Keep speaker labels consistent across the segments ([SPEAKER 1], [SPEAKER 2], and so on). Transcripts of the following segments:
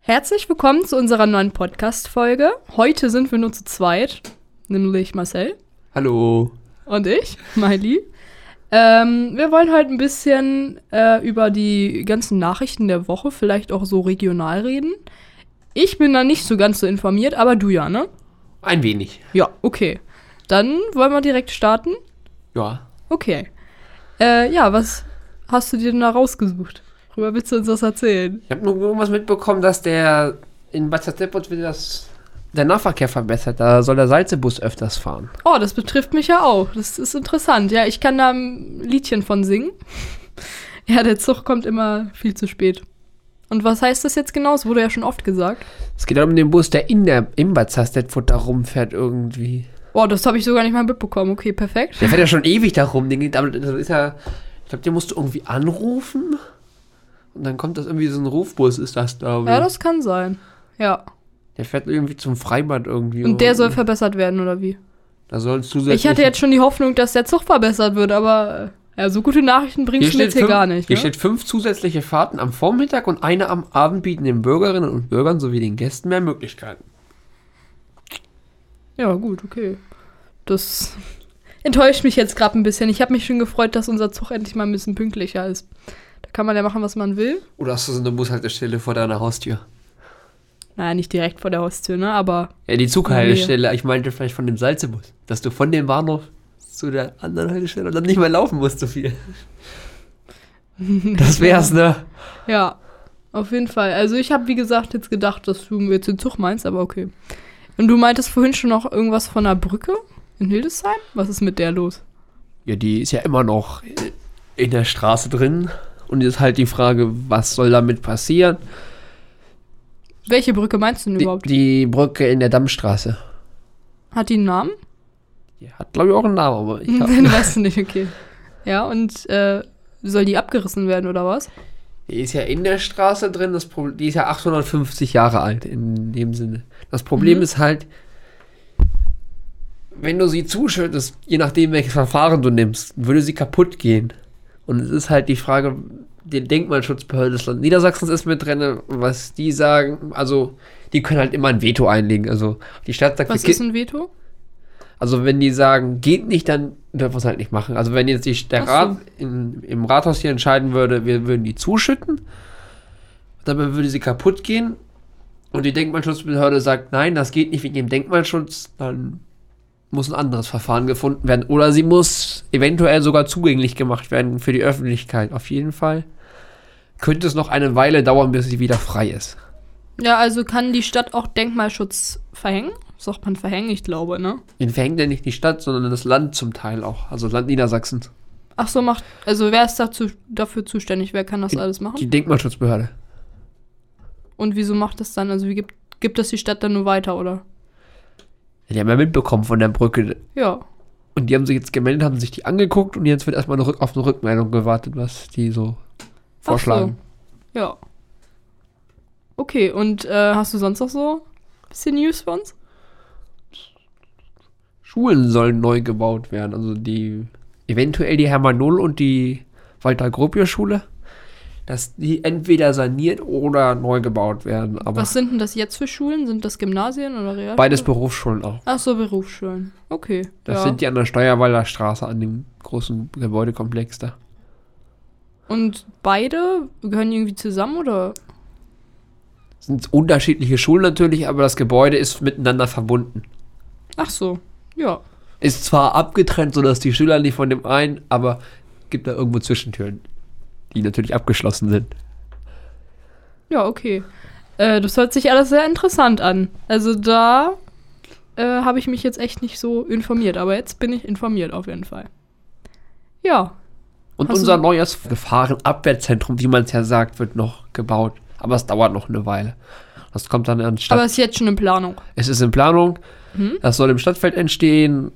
[SPEAKER 1] Herzlich willkommen zu unserer neuen Podcast-Folge. Heute sind wir nur zu zweit, nämlich Marcel
[SPEAKER 2] Hallo.
[SPEAKER 1] und ich, Miley. Ähm, wir wollen heute ein bisschen äh, über die ganzen Nachrichten der Woche, vielleicht auch so regional reden. Ich bin da nicht so ganz so informiert, aber du ja, ne?
[SPEAKER 2] Ein wenig.
[SPEAKER 1] Ja, okay. Dann wollen wir direkt starten.
[SPEAKER 2] Ja.
[SPEAKER 1] Okay. Äh, ja, was hast du dir denn da rausgesucht? Worüber willst du uns das erzählen?
[SPEAKER 2] Ich habe nur irgendwas mitbekommen, dass der in Bad Zatepot will das der Nahverkehr verbessert. Da soll der Salzebus öfters fahren.
[SPEAKER 1] Oh, das betrifft mich ja auch. Das ist interessant. Ja, ich kann da ein Liedchen von singen. ja, der Zug kommt immer viel zu spät. Und was heißt das jetzt genau? Das wurde ja schon oft gesagt.
[SPEAKER 2] Es geht um den Bus, der in der in Bad Zatepot da rumfährt irgendwie.
[SPEAKER 1] Oh, das habe ich sogar nicht mal mitbekommen. Okay, perfekt.
[SPEAKER 2] Der fährt ja schon ewig da rum. Den geht, aber das ist ja, ich glaube, den musst du irgendwie anrufen. Und dann kommt das irgendwie so ein Rufbus, ist das, glaube ich.
[SPEAKER 1] Ja, das kann sein. Ja.
[SPEAKER 2] der fährt irgendwie zum Freibad irgendwie.
[SPEAKER 1] Und der soll
[SPEAKER 2] rum.
[SPEAKER 1] verbessert werden, oder wie?
[SPEAKER 2] Da soll es zusätzlich.
[SPEAKER 1] Ich hatte jetzt schon die Hoffnung, dass der Zug verbessert wird, aber äh, ja, so gute Nachrichten
[SPEAKER 2] Hier
[SPEAKER 1] bringst du mir
[SPEAKER 2] steht,
[SPEAKER 1] jetzt hier
[SPEAKER 2] fünf,
[SPEAKER 1] gar nicht.
[SPEAKER 2] hier
[SPEAKER 1] Ne?
[SPEAKER 2] steht fünf zusätzliche Fahrten am Vormittag und eine am Abend bieten den Bürgerinnen und Bürgern sowie den Gästen mehr Möglichkeiten.
[SPEAKER 1] Ja, gut, okay. Das enttäuscht mich jetzt gerade ein bisschen. Ich habe mich schon gefreut, dass unser Zug endlich mal ein bisschen pünktlicher ist. Da kann man ja machen, was man will.
[SPEAKER 2] Oder hast du so eine Bushaltestelle vor deiner Haustür?
[SPEAKER 1] Naja, nicht direkt vor der Haustür, ne? Aber
[SPEAKER 2] Ja, die Zughaltestelle, ich meinte vielleicht von dem Salzebus. Dass du von dem Bahnhof zu der anderen Haltestelle und dann nicht mehr laufen musst so viel. Das wär's, ne?
[SPEAKER 1] ja, auf jeden Fall. Also ich habe, wie gesagt, jetzt gedacht, dass du jetzt den Zug meinst, aber okay. Und du meintest vorhin schon noch irgendwas von einer Brücke in Hildesheim? Was ist mit der los?
[SPEAKER 2] Ja, die ist ja immer noch in der Straße drin. Und jetzt halt die Frage, was soll damit passieren?
[SPEAKER 1] Welche Brücke meinst du denn
[SPEAKER 2] Die,
[SPEAKER 1] überhaupt?
[SPEAKER 2] die Brücke in der Dammstraße.
[SPEAKER 1] Hat die einen Namen?
[SPEAKER 2] Die hat, glaube ich, auch einen Namen, aber ich hab,
[SPEAKER 1] Den weißt du nicht, okay. Ja, und äh, soll die abgerissen werden oder was?
[SPEAKER 2] Die ist ja in der Straße drin, das Problem, die ist ja 850 Jahre alt in dem Sinne. Das Problem
[SPEAKER 1] Mhm.
[SPEAKER 2] ist halt, wenn du sie zuschüttest, je nachdem welches Verfahren du nimmst, würde sie kaputt gehen. Und es ist halt die Frage, den Denkmalschutzbehörde des Landes Niedersachsens ist mit drin, was die sagen, also die können halt immer ein Veto einlegen. Also die Stadt sagt,
[SPEAKER 1] Was
[SPEAKER 2] wir
[SPEAKER 1] ist ein Veto?
[SPEAKER 2] also wenn die sagen, geht nicht, dann dürfen wir es halt nicht machen. Also wenn jetzt die, der
[SPEAKER 1] Ach so.
[SPEAKER 2] Rat in, im Rathaus hier entscheiden würde, wir würden die zuschütten, dabei würde sie kaputt gehen und die Denkmalschutzbehörde sagt, nein, das geht nicht wegen dem Denkmalschutz, dann muss ein anderes Verfahren gefunden werden. Oder sie muss eventuell sogar zugänglich gemacht werden für die Öffentlichkeit. Auf jeden Fall könnte es noch eine Weile dauern, bis sie wieder frei ist.
[SPEAKER 1] Ja, also kann die Stadt auch Denkmalschutz verhängen? Sagt man verhängen, ich glaube, ne?
[SPEAKER 2] Den verhängt ja nicht die Stadt, sondern das Land zum Teil auch, also Land Niedersachsen.
[SPEAKER 1] Ach so, macht. Also wer ist dazu, dafür zuständig? Wer kann das alles machen?
[SPEAKER 2] Die Denkmalschutzbehörde.
[SPEAKER 1] Und wieso macht das dann? Also wie gibt, gibt das die Stadt dann nur weiter, oder?
[SPEAKER 2] Ja, Die haben ja mitbekommen von der Brücke.
[SPEAKER 1] Ja.
[SPEAKER 2] Und die haben sich jetzt gemeldet, haben sich die angeguckt und jetzt wird erstmal eine Rück auf eine Rückmeldung gewartet, was die so vorschlagen.
[SPEAKER 1] Ja. Okay, und äh, hast du sonst noch so ein bisschen News für uns?
[SPEAKER 2] Schulen sollen neu gebaut werden. Also die eventuell die Hermann Null und die Walter Gropius Schule. Dass die entweder saniert oder neu gebaut werden. Aber
[SPEAKER 1] Was sind denn das jetzt für Schulen? Sind das Gymnasien oder Realschulen?
[SPEAKER 2] beides Berufsschulen auch.
[SPEAKER 1] Ach so, Berufsschulen. Okay.
[SPEAKER 2] Das
[SPEAKER 1] ja.
[SPEAKER 2] sind die an der Steuerwalder Straße, an dem großen Gebäudekomplex da.
[SPEAKER 1] und beide gehören irgendwie zusammen oder?
[SPEAKER 2] Sind unterschiedliche Schulen natürlich, aber das Gebäude ist miteinander verbunden.
[SPEAKER 1] Ach so. Ja.
[SPEAKER 2] Ist zwar abgetrennt, sodass die Schüler nicht von dem einen, aber gibt da irgendwo Zwischentüren, die natürlich abgeschlossen sind.
[SPEAKER 1] Ja, okay. Äh, das hört sich alles sehr interessant an. Also da äh, habe ich mich jetzt echt nicht so informiert, aber jetzt bin ich informiert auf jeden Fall. Ja,
[SPEAKER 2] Und
[SPEAKER 1] Hast du-
[SPEAKER 2] unser neues Gefahrenabwehrzentrum, wie man es ja sagt, wird noch gebaut. Aber es dauert noch eine Weile. Das kommt dann an Stadt.
[SPEAKER 1] aber ist jetzt schon in Planung.
[SPEAKER 2] es ist in Planung.
[SPEAKER 1] Mhm.
[SPEAKER 2] Das soll im Stadtfeld entstehen.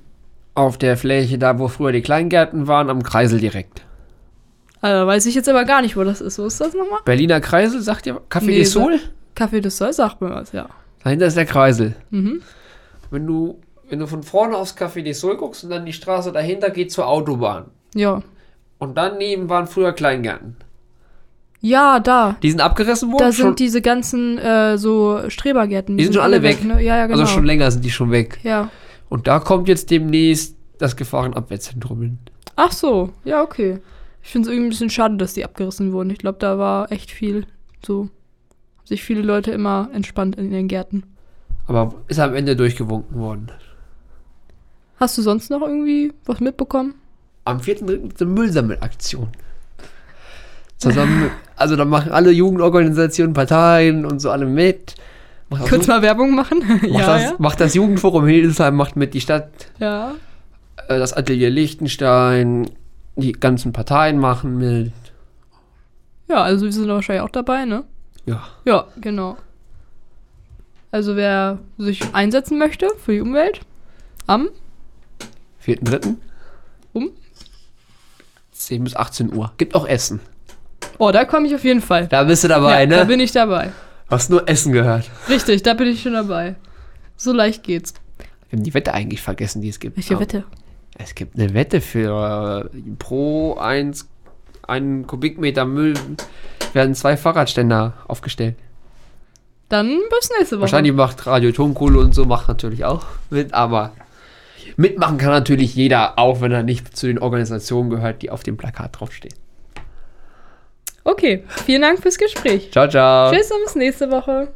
[SPEAKER 2] Auf der Fläche, da wo früher die Kleingärten waren, am Kreisel direkt.
[SPEAKER 1] Also weiß ich jetzt aber gar nicht, wo das ist. Wo ist das nochmal?
[SPEAKER 2] Berliner Kreisel, sagt ihr? Café
[SPEAKER 1] Nee,
[SPEAKER 2] des Sol?
[SPEAKER 1] Café des Soll, sagt mir was, ja.
[SPEAKER 2] Dahinter ist der Kreisel.
[SPEAKER 1] Mhm.
[SPEAKER 2] Wenn du, wenn du von vorne aufs Café des Sol guckst und dann die Straße dahinter geht zur Autobahn.
[SPEAKER 1] Ja.
[SPEAKER 2] Und daneben waren früher Kleingärten.
[SPEAKER 1] Ja, da.
[SPEAKER 2] Die sind abgerissen worden?
[SPEAKER 1] Da
[SPEAKER 2] schon,
[SPEAKER 1] sind diese ganzen äh, so Strebergärten.
[SPEAKER 2] Die sind schon alle weg.
[SPEAKER 1] Ne? Ja, ja, genau.
[SPEAKER 2] Also schon länger sind die schon weg.
[SPEAKER 1] ja.
[SPEAKER 2] Und da kommt jetzt demnächst das Gefahrenabwehrzentrum hin.
[SPEAKER 1] Ach so, ja, okay. Ich finde es irgendwie ein bisschen schade, dass die abgerissen wurden. Ich glaube, da war echt viel so. Haben sich viele Leute immer entspannt in ihren Gärten.
[SPEAKER 2] Aber ist am Ende durchgewunken worden.
[SPEAKER 1] Hast du sonst noch irgendwie was mitbekommen?
[SPEAKER 2] Am 4.3. gibt es eine Müllsammelaktion. Zusammen, mit- also da machen alle Jugendorganisationen, Parteien und so alle mit. Macht auch
[SPEAKER 1] Kurz
[SPEAKER 2] so-
[SPEAKER 1] mal Werbung machen?
[SPEAKER 2] macht, Also, das, macht das Jugendforum Hildesheim, macht mit die Stadt,
[SPEAKER 1] ja.
[SPEAKER 2] äh, das Atelier Liechtenstein, die ganzen Parteien machen mit.
[SPEAKER 1] Ja, also wir sind wahrscheinlich auch dabei, ne?
[SPEAKER 2] Ja.
[SPEAKER 1] Ja, genau. Also wer sich einsetzen möchte für die Umwelt, am
[SPEAKER 2] 4.3.
[SPEAKER 1] Um?
[SPEAKER 2] 10 bis 18 Uhr. Gibt auch Essen.
[SPEAKER 1] Oh, da komme ich auf jeden Fall.
[SPEAKER 2] Da bist du dabei,
[SPEAKER 1] ja,
[SPEAKER 2] ne?
[SPEAKER 1] Da bin ich dabei.
[SPEAKER 2] Hast nur Essen gehört.
[SPEAKER 1] Richtig, da bin ich schon dabei. So leicht geht's.
[SPEAKER 2] Genau. Wir haben die Wette eigentlich vergessen, die es gibt.
[SPEAKER 1] Welche
[SPEAKER 2] Ah,
[SPEAKER 1] Wette?
[SPEAKER 2] Es gibt eine Wette für äh, pro 1 einen Kubikmeter Müll werden zwei Fahrradständer aufgestellt.
[SPEAKER 1] Dann bis nächste Woche.
[SPEAKER 2] Wahrscheinlich macht Radio Tonkohle und so macht natürlich auch mit, aber mitmachen kann natürlich jeder, auch wenn er nicht zu den Organisationen gehört, die auf dem Plakat draufstehen.
[SPEAKER 1] Okay, vielen Dank fürs Gespräch.
[SPEAKER 2] Ciao, ciao.
[SPEAKER 1] Tschüss und bis nächste Woche.